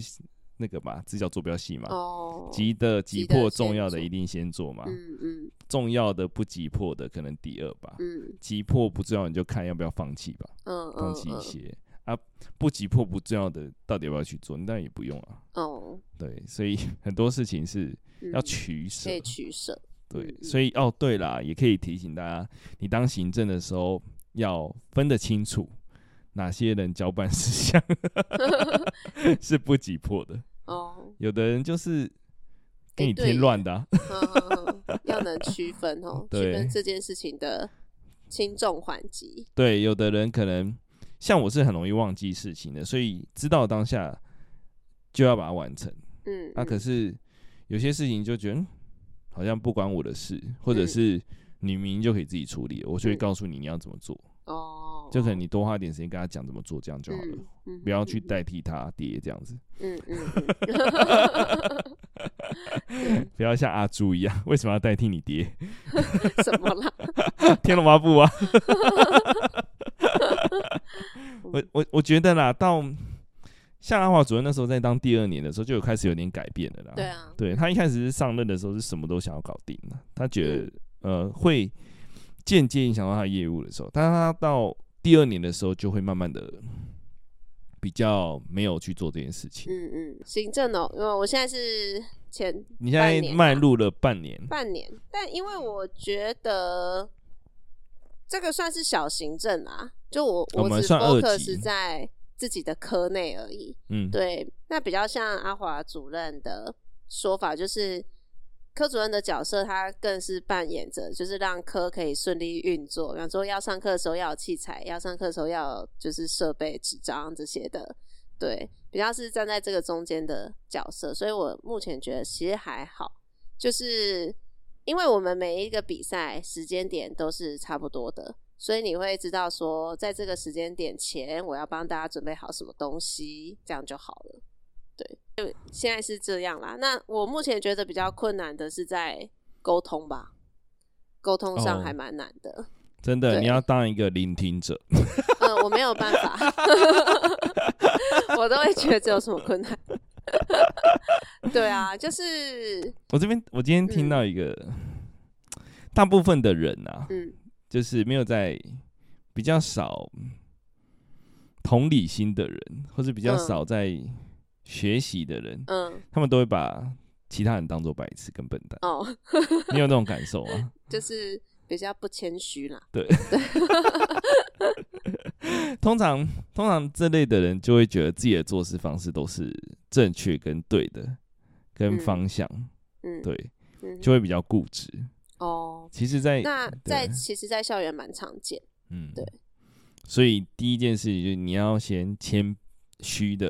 A: 那个吧，这叫坐标系嘛。
B: 哦，
A: 急的、急
B: 急的
A: 迫、
B: 先
A: 重要的
B: 做
A: 一定先做嘛，
B: 嗯嗯
A: 重要的不急迫的可能第二吧，
B: 嗯
A: 急迫不重要你就看要不要放弃吧，
B: 嗯
A: 放
B: 嗯
A: 弃一
B: 嗯，
A: 些、啊，不急迫不重要的到底要不要去做，那也不用啊。
B: 哦，
A: 对，所以 很多事情是
B: 嗯
A: 要取舍
B: 可，以取舍，
A: 对
B: 嗯，嗯
A: 所以哦，对啦，也可以提醒大家，你当行政的时候要分得清楚哪些人交办事 项 是不急迫的，
B: 哦，
A: 有的人就是给
B: 诶
A: 你
B: 哎对
A: 添
B: 耶
A: 乱的啊、，
B: 嗯嗯嗯要能区分哦 区
A: 对
B: 分这件事情的轻重缓急，
A: 对，有的人可能像我是很容易忘记事情的，所以知道当下就要把它完成。
B: 嗯，
A: 那、可
B: 嗯
A: 是有些事情就觉得、嗯好像不关我的事，或者
B: 嗯
A: 是你明明就可以自己处理了，我就会
B: 嗯
A: 告诉你你要怎么做，
B: 哦，
A: 就可能你多花点时间跟他讲怎么做，这样就好了，
B: 嗯，嗯
A: 不要去，代替他爹这样子，
B: 嗯嗯嗯，
A: 不要像阿朱一样，为什么要代替你爹？
B: 嗯 什么 啦？
A: 天龙八部 啊！我我我觉得啦，到像阿华主任那时候在当第二年的时候，就有开始有点改变了啦。
B: 对啊，
A: 对他一开始是上任的时候是什么都想要搞定的，他觉得
B: 嗯、
A: 呃会间接影响到他的业务的时候，但他到第二年的时候就会慢慢的比较没有去做这件事情。
B: 嗯嗯，行政哦，因为我现在是前
A: 你现在
B: 半年啊
A: 迈入了半年，
B: 半年，
A: 嗯
B: 但因为我觉得这个算是小行政啊，就我
A: 我们
B: 只
A: 算二级
B: focus 在自己的科内而已。
A: 嗯，
B: 对，那比较像阿华主任的说法，就是科主任的角色，他更是扮演着就是让科可以顺利运作，比方说要上课的时候要有器材，要上课的时候要有就是设备、纸张这些的。对，比较是站在这个中间的角色，所以我目前觉得其实还好，就是因为我们每一个比赛时间点都是差不多的，所以你会知道说，在这个时间点前，我要帮大家准备好什么东西，这样就好了。对，就现在是这样啦。那我目前觉得比较困难的是在沟通吧，沟通上
A: 哦
B: 还蛮难的。
A: 真的
B: 对
A: 你要当一个聆听者，
B: 嗯，我没有办法， 我都会觉得这有什么困难。 对啊，就是
A: 我这边我今天听
B: 嗯
A: 到一个，大部分的人啊，
B: 嗯
A: 就是没有在比较少同理心的人，或是比较
B: 嗯
A: 少在学习的人，
B: 嗯。
A: 他们都会把其他人当做白痴跟笨蛋
B: 哦，
A: 你有那种感受吗？
B: 就是比较不谦虚啦。
A: 通常通常这类的人就会觉得自己的做事方式都是正确跟对的，跟
B: 嗯
A: 方向、
B: 嗯，
A: 对，
B: 嗯
A: 就会比较固执。
B: 哦，
A: 其实在，
B: 那在
A: 对
B: 其实，在校园蛮常见。
A: 嗯
B: 对。
A: 所以第一件事情就是你要先谦虚的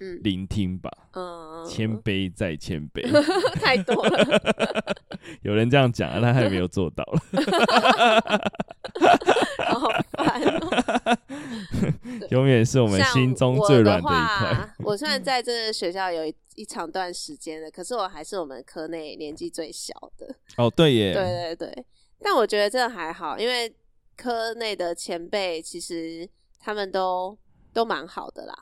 B: 嗯
A: 聆听吧，
B: 嗯嗯嗯，
A: 谦卑再谦卑。
B: 太多了，
A: 有人这样讲，但他也没有做到了。
B: 好烦哦、
A: 永远 是我们
B: 像
A: 心中
B: 我
A: 最
B: 的
A: 软的一块。嗯
B: 话，我虽然在这学校有一一长段时间了，可是我还是我们科内年纪最小的。
A: 哦，对耶，
B: 对对对，但我觉得这还好，因为科内的前辈其实他们都都蛮好的啦。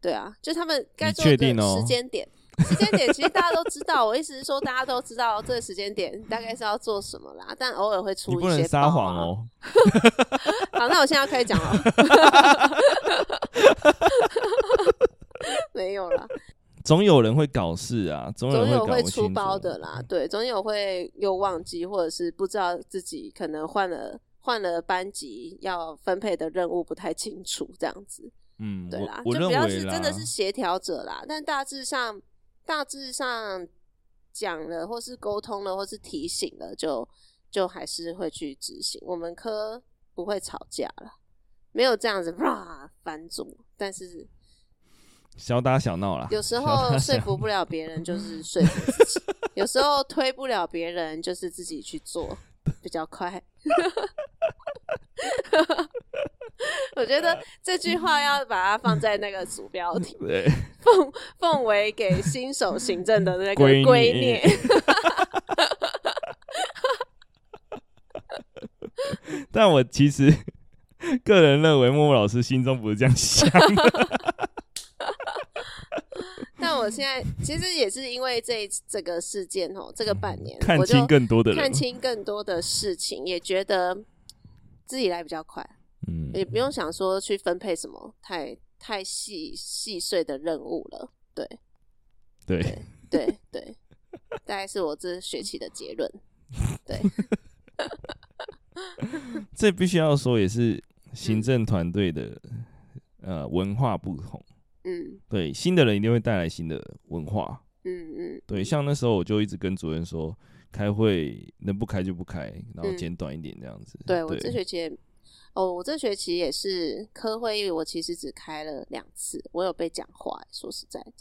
B: 对啊，就他们该
A: 你
B: 做
A: 确
B: 的
A: 定哦
B: 时间点，时间点其实大家都知道。我意思是说，大家都知道这个时间点大概是要做什么啦，但偶尔会出
A: 你
B: 一些、啊
A: 不能撒谎。哦。
B: 好，那我现在要开始讲了。 没有啦，
A: 总有人会搞事啊，总有
B: 总
A: 人
B: 有
A: 搞
B: 会
A: 不
B: 出
A: 清
B: 包
A: 楚
B: 的啦，对，总有会又忘记，或者是不知道自己可能换了换了班级，要分配的任务不太清楚，这样子，
A: 嗯，
B: 对啦
A: 我，我
B: 就
A: 认
B: 不要
A: 为
B: 是
A: 啦，
B: 真的是协调者啦，但大致上大致上讲了，或是沟通了，或是提醒了，就就还是会去执行。我们科不会吵架了，没有这样子 哇翻桌，但是
A: 小打小闹啦。
B: 有时
A: 小打
B: 候
A: 小，
B: 说服不了别人，就是说服自己； 有时候推不了别人，就是自己去做比较快。 我觉得这句话要把它放在那个主标题
A: 对，
B: 奉奉为给新手行政的那个
A: 归
B: 归
A: 臬
B: 臬。
A: 但我其实个人认为，默默老师心中不是这样 想。
B: 但我现在其实也是因为这一这个事件哦，这个半年
A: 看
B: 我就
A: 清更多的人，
B: 看清更多的事情，也觉得自己来比较快。
A: 嗯，
B: 也不用想说去分配什么太太细细碎的任务了。对
A: 对，
B: 对对，大概是我这学期的结论。
A: 这必须要说也是行
B: 嗯
A: 政团队的、呃文化不同。
B: 嗯
A: 对，新的人一定会带来新的文化。
B: 嗯嗯
A: 对，像那时候我就一直跟主任说，开会能不开就不开，然后
B: 嗯
A: 简短一点这样子。
B: 对我这学期也，哦，我这学期也是科会议，我其实只开了两次，我有被讲话、欸说实在的，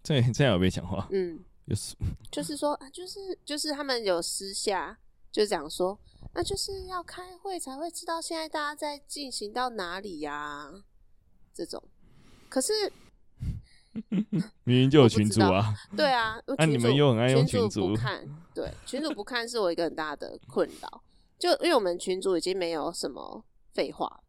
A: 这这样有被讲话，
B: 嗯，
A: 就是
B: 就是说啊，就是就是他们有私下就讲说。那就是要开会才会知道现在大家在进行到哪里呀、这种。可是
A: 明明就有
B: 我不
A: 群
B: 知
A: 主
B: 道
A: 啊，
B: 对啊，
A: 啊
B: 群
A: 你
B: 主
A: 们又很爱用群
B: 主
A: 组
B: 不看，对，群主不看是我一个很大的困扰，就因为我们群主已经没有什么废话，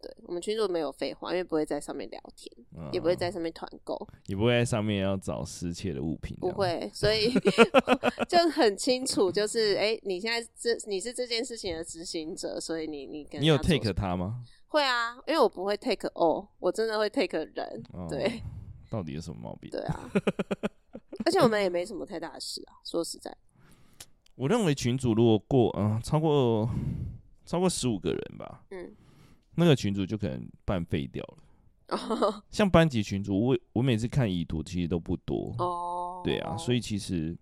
B: 对我们群主没有废话，因为不会在上面聊天，
A: 嗯
B: 也不会在上面团购，
A: 也不会在上面要找失窃的物品，
B: 不。会，所以 就很清楚，就是哎、你现在这你是这件事情的执行者，所以你你跟
A: 你有
B: 他做
A: take 他吗？
B: 会啊，因为我不会 take all，我真的会 take 人，
A: 哦
B: 对，
A: 到底有什么毛病？
B: 对 啊，而且我们也没什么太大的事啊，说实在。
A: 我认为群主如果过嗯、呃超过超过十五个人吧，
B: 嗯，
A: 那个群主就可能半废掉了。 像班级群主，我我每次看意图其实都不多，
B: 哦，
A: 对啊，所以其实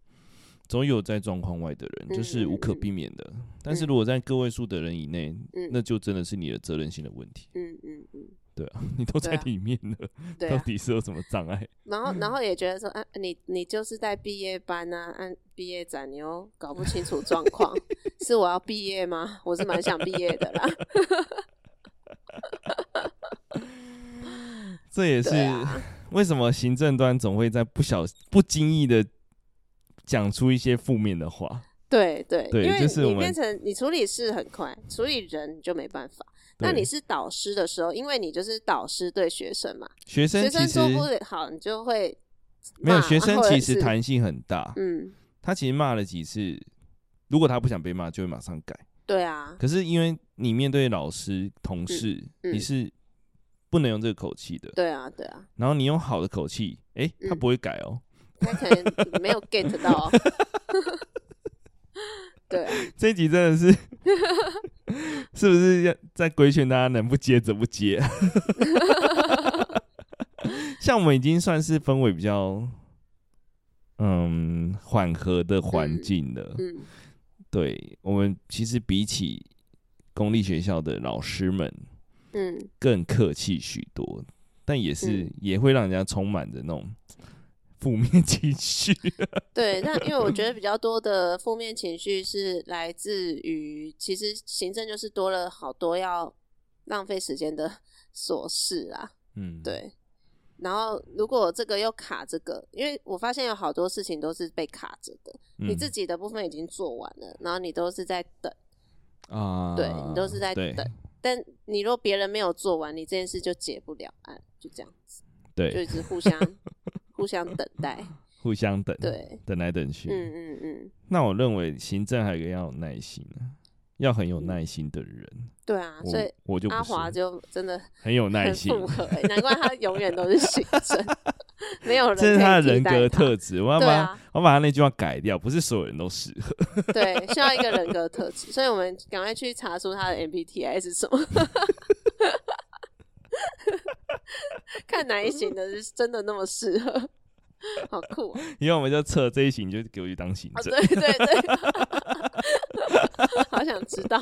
A: 总有在状况外的人，
B: 嗯
A: 就是无可
B: 嗯嗯
A: 避免的。但是如果在个位数的人以内，
B: 嗯
A: 那就真的是你的责任心的问题。
B: 嗯嗯嗯，
A: 对啊，你都在
B: 对啊
A: 里面了，
B: 对
A: 到
B: 啊。
A: 底是嗯有什么障碍？
B: 然后然后也觉得说，啊，你你就是在毕业班啊，按毕业展，你又搞不清楚状 况，是我要毕业吗？我是蛮想毕业的啦，
A: 这也是
B: 对啊，
A: 为什么行政端总会在不小不经意的讲出一些负面的话。
B: 对对，
A: 对
B: 因为
A: 就是我
B: 你
A: 们
B: 变成你处理事很快，处理人你就没办法。那
A: 对
B: 你是导师的时候，因为你就是导师对学生嘛，
A: 学生
B: 学
A: 其
B: 生
A: 实
B: 做不好，你就会
A: 没有
B: 骂
A: 学生
B: 或者
A: 其实
B: 是
A: 弹性很大，
B: 嗯，
A: 他其实骂了几次，如果他不想被骂，就会马上改。
B: 对啊，
A: 可是因为你面对老师、同事，
B: 嗯
A: 你是不能用这个口气的。
B: 对啊，对啊，
A: 然后你用好的口气，诶，
B: 嗯
A: 他不会改哦。
B: 他可能没有 get 到。哦 对啊，
A: 这一集真的是， 是不是要在规劝大家能不接则不接？ 像我们已经算是氛围比较，嗯，缓和的环
B: 嗯
A: 境了。
B: 嗯
A: 对我们其实比起公立学校的老师们
B: 嗯，
A: 更客气许多，但也是、
B: 嗯
A: 也会让人家充满着那种负面情绪。
B: 对，那因为我觉得比较多的负面情绪是来自于，其实行政就是多了好多要浪费时间的 琐事啊。
A: 嗯，，
B: 对。然后，如果这个又卡这个，因为我发现有好多事情都是被卡着的，你
A: 嗯
B: 自己的部分已经做完了，然后你都是在等，
A: 啊，
B: 对你都是在
A: 对
B: 等但你若别人没有做完，你这件事就解不了案，就这样子，就
A: 对，
B: 一直互 相互相等待，
A: 互相等，，
B: 对，
A: 等来等去。
B: 嗯嗯嗯，
A: 那我认为行政还有一个要有耐心啊，要很有耐心的人。
B: 对嗯啊，所以
A: 我我就不
B: 阿华
A: 是
B: 就真的
A: 很有耐
B: 很
A: 心，
B: 符合、欸，难怪他永远都是行 政，没有人
A: 这是他的
B: 可以替
A: 人
B: 代
A: 格
B: 他
A: 特质。我要
B: 对
A: 把、
B: 啊
A: 我把他那句话改掉，不是所有人都适合。
B: 对，需要一个人格特质，所以我们赶快去查出他的 MBTI 是什么，看哪一型的是真的那么适合，好酷哦、
A: 因为我们就测这一型，就给我去当行
B: 啊！
A: 政，
B: 对对对，好想知道，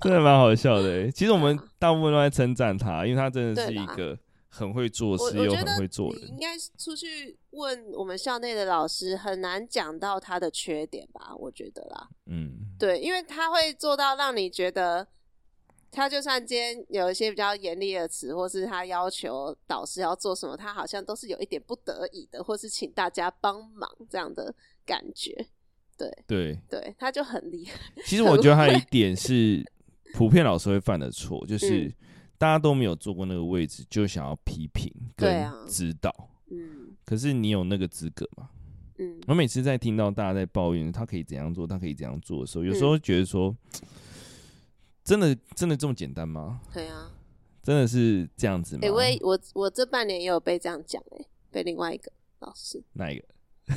A: 真的蛮好笑的欸、其实我们
B: 对啊
A: 大部分都在称赞他，因为他真的是
B: 对
A: 一
B: 啦
A: 个很会做
B: 我
A: 事
B: 我
A: 又
B: 觉
A: 很
B: 得
A: 会做
B: 你
A: 人
B: 应。该出去问我们校内的老师，很难讲到他的缺点吧？我觉得啦，
A: 嗯，
B: 对，因为他会做到让你觉得，他就算今天有一些比较严厉的词，或是他要求导师要做什么，他好像都是有一点不得已的，或是请大家帮忙这样的感觉。
A: 对。
B: 对，他就很厉害。
A: 其实我觉得还有一点是，普遍老师会犯的错，就是
B: 嗯
A: 大家都没有坐过那个位置，就想要批评
B: 对
A: 跟
B: 啊
A: 指导。
B: 嗯
A: 可是你有那个资格吗？
B: 嗯，
A: 我每次在听到大家在抱怨他可以怎样做，他可以怎样做的时候，有时候觉得说，真的真的这么简单吗？
B: 对啊。
A: 真的是这样子吗？
B: 哎、我也我我这半年也有被这样讲，哎，被另外一个老师，
A: 哪一个？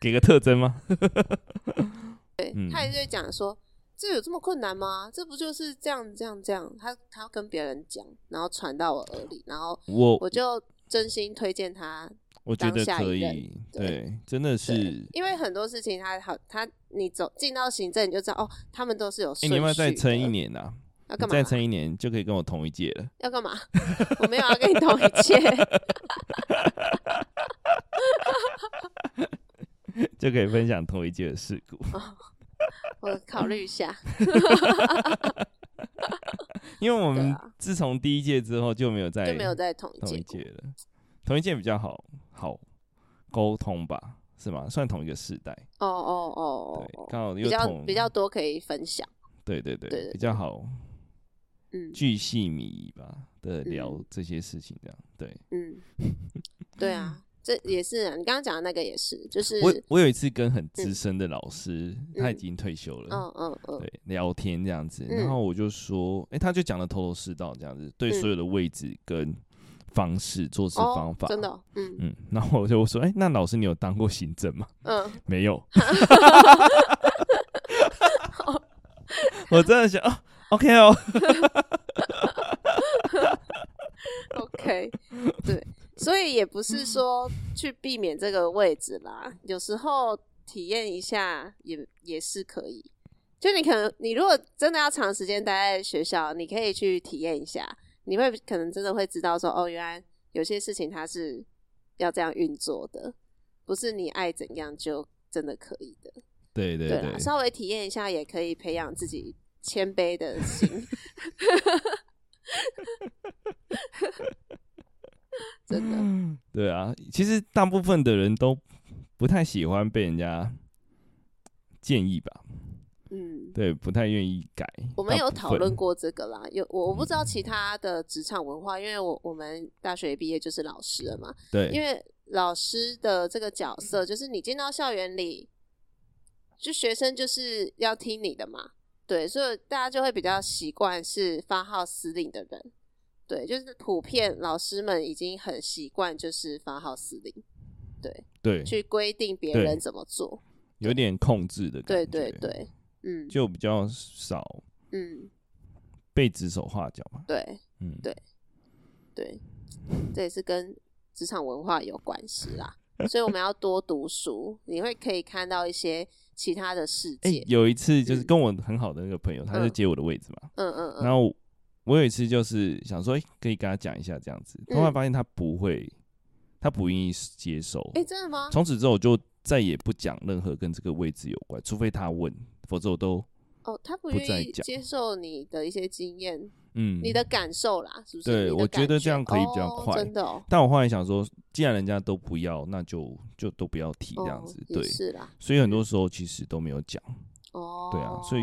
A: 给个特征吗？
B: 对、
A: 嗯
B: 他也在讲说。这有这么困难吗？这不就是这样这样这样？他他要跟别人讲，然后传到我耳里，然后我
A: 我
B: 就真心推荐他，
A: 我觉得
B: 当下一
A: 可
B: 任
A: 以，
B: 对
A: 对，真的是
B: 对，。因为很多事情他好，他你走进到行政你就知道哦，他们都是有顺
A: 哎，你
B: 序的。
A: 要不要再撑一年啊？
B: 要
A: 你
B: 干
A: 再
B: 嘛？
A: 撑一年就可以跟我同一届了。
B: 要干嘛？ 我没有要跟你同一届，
A: 就可以分享同一届的事 故，
B: 我考虑一下。
A: 因为我
B: 对
A: 们
B: 啊
A: 自从第一届之后就没有再
B: 就没有在同一
A: 同一
B: 届过
A: 届。了，同一届比较好好沟通吧，是吗？算同一个世代，
B: 哦哦哦哦
A: 对，
B: 哦，
A: 刚好
B: 比
A: 又
B: 较
A: 同
B: 比较多可以分享。
A: 对对对
B: 对对
A: 比较好
B: 嗯
A: 巨细靡遗吧的聊
B: 嗯
A: 这些事情，这样对
B: 嗯，对啊，这也是啊，你刚刚讲的那个也是，就是
A: 我我有一次跟很资
B: 嗯
A: 深的老师，他已
B: 嗯
A: 经退休了，
B: 嗯嗯嗯
A: 对，聊天这样子，
B: 嗯
A: 然后我就说，哎、他就讲的头头是道，这样子，对
B: 嗯
A: 所有的位置跟方式、做事
B: 哦
A: 方法，
B: 真的哦，嗯
A: 嗯，然后我就说，哎、那老师你有当过行政吗？
B: 嗯，
A: 没有，我真的想，哦，OK 哦，
B: OK，对，所以也不是说去避免这个位置啦，有时候体验一下也也是可以。就你可能，你如果真的要长时间待在学校，你可以去体验一下，你会可能真的会知道说，哦，原来有些事情它是要这样运作的，不是你爱怎样就真的可以的。
A: 对对
B: 对啊啦，稍微体验一下也可以培养自己谦卑的心。真的，
A: 对啊，其实大部分的人都不太喜欢被人家建议吧，
B: 嗯，
A: 对，不太愿意改。
B: 我们
A: 大
B: 有
A: 部
B: 讨
A: 分嗯
B: 论过这个啦，有我我不知道其他的职场文化，因为我我们大学毕业就是老师了嘛，
A: 对，
B: 因为老师的这个角色就是你进到校园里，就学生就是要听你的嘛，对，所以大家就会比较习惯是发号施令的人，对，就是普遍老师们已经很习惯就是发号施令，对，
A: 对，
B: 去规定别
A: 对
B: 人怎么做，
A: 有点控制的感
B: 对
A: 觉，
B: 对，对，嗯
A: 就比较少
B: 嗯，
A: 被指手画脚嘛。
B: 对。
A: 嗯，
B: 对对，这也是跟职场文化有关系啦。所以我们要多读书，你会可以看到一些其他的世
A: 哎、
B: 界。
A: 有一次就是
B: 嗯
A: 跟我很好的那个朋友，他就
B: 嗯
A: 接我的位置嘛，
B: 嗯嗯嗯，
A: 然后我有一次就是想说，哎、可以跟他讲一下这样子，突然
B: 嗯
A: 发现他不会他不愿意接受。
B: 哎，真的吗？
A: 从此之后，我就再也不讲任何跟这个位置有关，除非他问，否则我都
B: 哦，他
A: 不
B: 不愿
A: 再
B: 意
A: 讲
B: 接受你的一些经验，
A: 嗯。
B: 你的感受啦，是不是？
A: 对
B: 你的
A: 我觉
B: 感
A: 得这样可以比较
B: 哦
A: 快
B: 真的哦，
A: 但我后来想说，既然人家都不要，那就就都不要提这样
B: 哦
A: 子。
B: 也
A: 对，
B: 是嗯啦，
A: 所以很多时候其实都没有讲，
B: 哦，
A: 对啊所以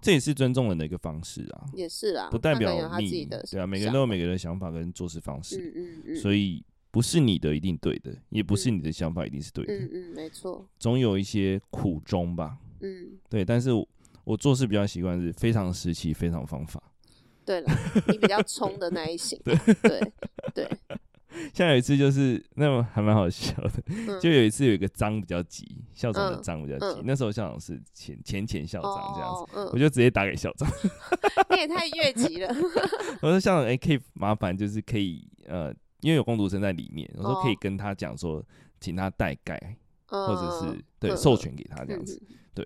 A: 这也是尊重人的一个方式啊，
B: 也是啦，
A: 不代
B: 他可能有
A: 表
B: 他自己
A: 你
B: 的
A: 对啊，每个人
B: 想
A: 都有
B: 法
A: 每个人的想法跟做事方式，
B: 嗯嗯嗯，以
A: 所以不是你的一定对的，也不是
B: 嗯
A: 你的想法一定是对的，
B: 嗯嗯，没错，
A: 总有一些苦衷吧。
B: 嗯，
A: 对，但是我我做事比较习惯是非常时期非常方法，
B: 对了，你比较冲的那一型
A: 对
B: 啊，对对，
A: 像有一次就是那么还蛮好笑的，
B: 嗯
A: 就有一次有一个章比较急，校长的
B: 嗯
A: 章比较急，
B: 嗯
A: 那时候校长是前前前校长这样子，
B: 哦，嗯
A: 我，就直接打给校长，
B: 你也太越级了，
A: 我说校长，哎、可以麻烦就是可以呃，因为有工读生在里面，我说可以
B: 哦
A: 跟他讲说，请他代盖 或
B: 或
A: 者是
B: 嗯
A: 对
B: 嗯
A: 授权给他这样子，，对，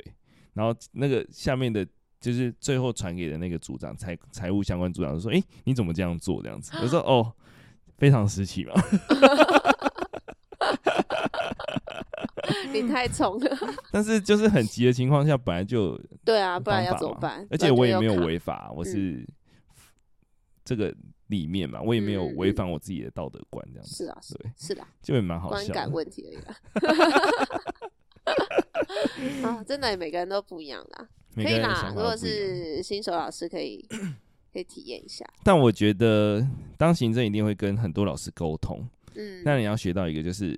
A: 然后那个下面的。就是最后传给的那个组长财财务相关组长就说：“哎、你怎么这样做？”这样子，我 说：“哦，非常时期嘛。”
B: 嗯你太冲了，
A: 但是就是很急的情况下，本来就有
B: 对啊，不然
A: 方
B: 要
A: 法
B: 怎么
A: 嘛
B: 办？
A: 而
B: 不然
A: 且
B: 就
A: 我也没有
B: 卡，嗯
A: 违法，我是这个里面嘛，我也没有
B: 嗯嗯
A: 违
B: 嗯
A: 反我自己的道德观，这样子
B: 是啊，是
A: 对
B: 是啦，
A: 就也蛮好
B: 观
A: 笑
B: 感
A: 的。
B: 问题而已啦。 啊，真的，每个人都不一样啦，
A: 每
B: 可
A: 个
B: 以
A: 人的
B: 啦。
A: 想
B: 如
A: 法都
B: 果
A: 不一样，
B: 是新手老师，可 以可以体验一下。
A: 但我觉得当行政一定会跟很多老师沟通，
B: 嗯，
A: 那你要学到一个就是，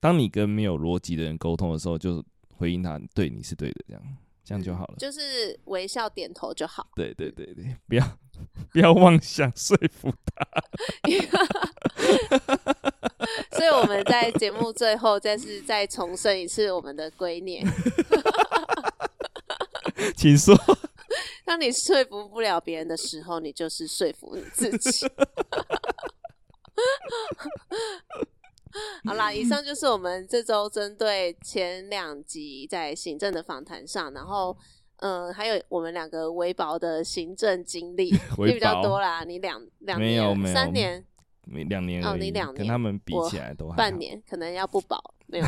A: 当你跟没有逻辑的人沟通的时候，就回应他对你是对的，这样这样就好了。
B: 嗯就是嗯微笑点头就好。
A: 对对对对，不要不要妄想说服
B: 所以我们在节目最后再是再重申一次我们的归臬：
A: 他，请说。
B: 当你说服不了别人的时候，你就是说服你自己。 好啦，以上就是我们这周针对前两集在行政的访谈上，然后嗯、呃还有我们两个微薄的行政经历
A: 微
B: 也比较
A: 薄
B: 多啦。你两两
A: 没
B: 年
A: 有没有
B: 三年
A: 没两年
B: 哦
A: 而已，
B: 你两
A: 跟
B: 年
A: 他们比
B: 我
A: 起来都还
B: 半
A: 好
B: 年可能要不保，没有。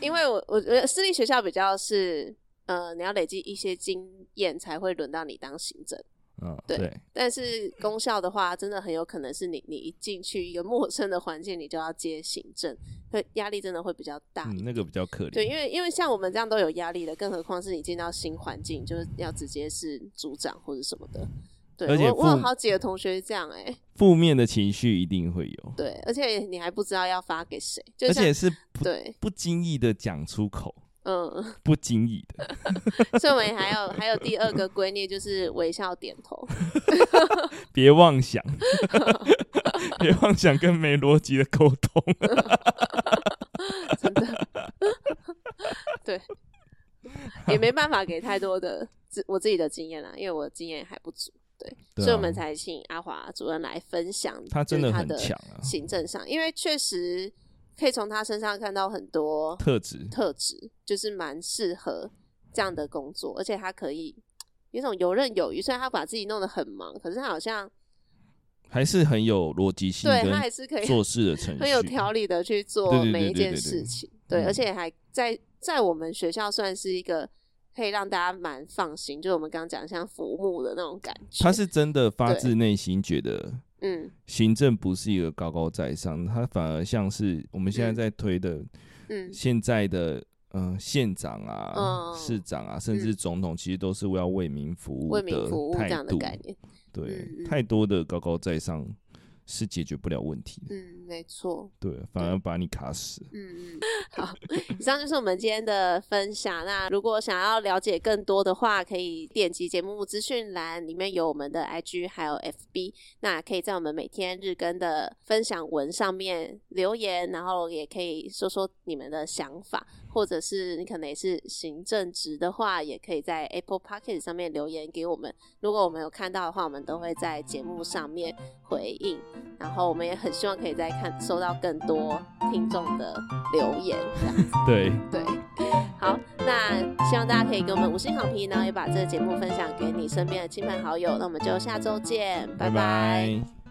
B: 因为我我觉得私立学校比较是，呃，你要累积一些经验才会轮到你当行政。
A: 嗯，
B: 对
A: 对，
B: 但是公校的话，真的很有可能是你你一进去一个陌生的环境，你就要接行政，会压力真的会比较大
A: 嗯，那个比较可怜。
B: 对，因为因为像我们这样都有压力的，更何况是你进到新环境，就是要直接是组长或者什么的。对，
A: 而且
B: 我我有
A: 父
B: 好几个同学这样哎、
A: 负面的情绪一定会有，
B: 对，而且你还不知道要发给谁，就
A: 而
B: 像
A: 且是不
B: 对，
A: 不经意的讲出口，
B: 嗯，
A: 不经意的，
B: 所以我们还有还有第二个观念就是微笑点头，
A: 别妄 想，别妄想跟没逻辑的沟通。
B: 真的，对，也没办法给太多的自我自己的经验啦，因为我的经验还不足，对，
A: 对
B: 所以我
A: 啊
B: 们才请阿华主任来分享，
A: 他真
B: 的
A: 的很
B: 的
A: 强啊，
B: 行政上，因为确实可以从他身上看到很多
A: 特质，
B: 特质，就是蛮适合这样的工作，而且他可以有一种游刃有余。虽然他把自己弄得很忙，可是他好像
A: 还是很有逻辑性
B: 对他还
A: 跟
B: 是可以
A: 做事的程序，
B: 很有条理的去做
A: 对对对
B: 每一
A: 对
B: 件
A: 对对
B: 事情，对，
A: 嗯
B: 而且还在在我们学校算是一个可以让大家蛮放心，就是我们刚刚讲像服务的那种感觉。
A: 他是真的发自内心觉得
B: 嗯
A: 行政不是一个高高在上，他反而像是我们现在在推的
B: 嗯
A: 现在的嗯、呃县长啊、
B: 嗯
A: 市长啊，甚至总统，其实都是要为民服务
B: 为民服务这
A: 态
B: 样的
A: 度。
B: 概念。
A: 对，
B: 嗯嗯
A: 太多的高高在上是解决不了问题的，
B: 嗯，没错。
A: 对，反而把你卡死。
B: 嗯，嗯，好，以上就是我们今天的分享。那如果想要了解更多的话，可以点击节目资讯栏，里面有我们的 IG 还有 FB。那可以在我们每天日更的分享文上面留言，然后也可以说说你们的想法，或者是你可能也是行政职的话，也可以在 Apple p o c k e t 上面留言给我们。如果我们有看到的话，我们都会在节目上面回应。然后我们也很希望可以再看收到更多听众的留言，这样
A: 对，
B: 对。好，那希望大家可以给我们五星好评，然后也把这个节目分享给你身边的亲朋好友。那我们就下周见，拜拜
A: 拜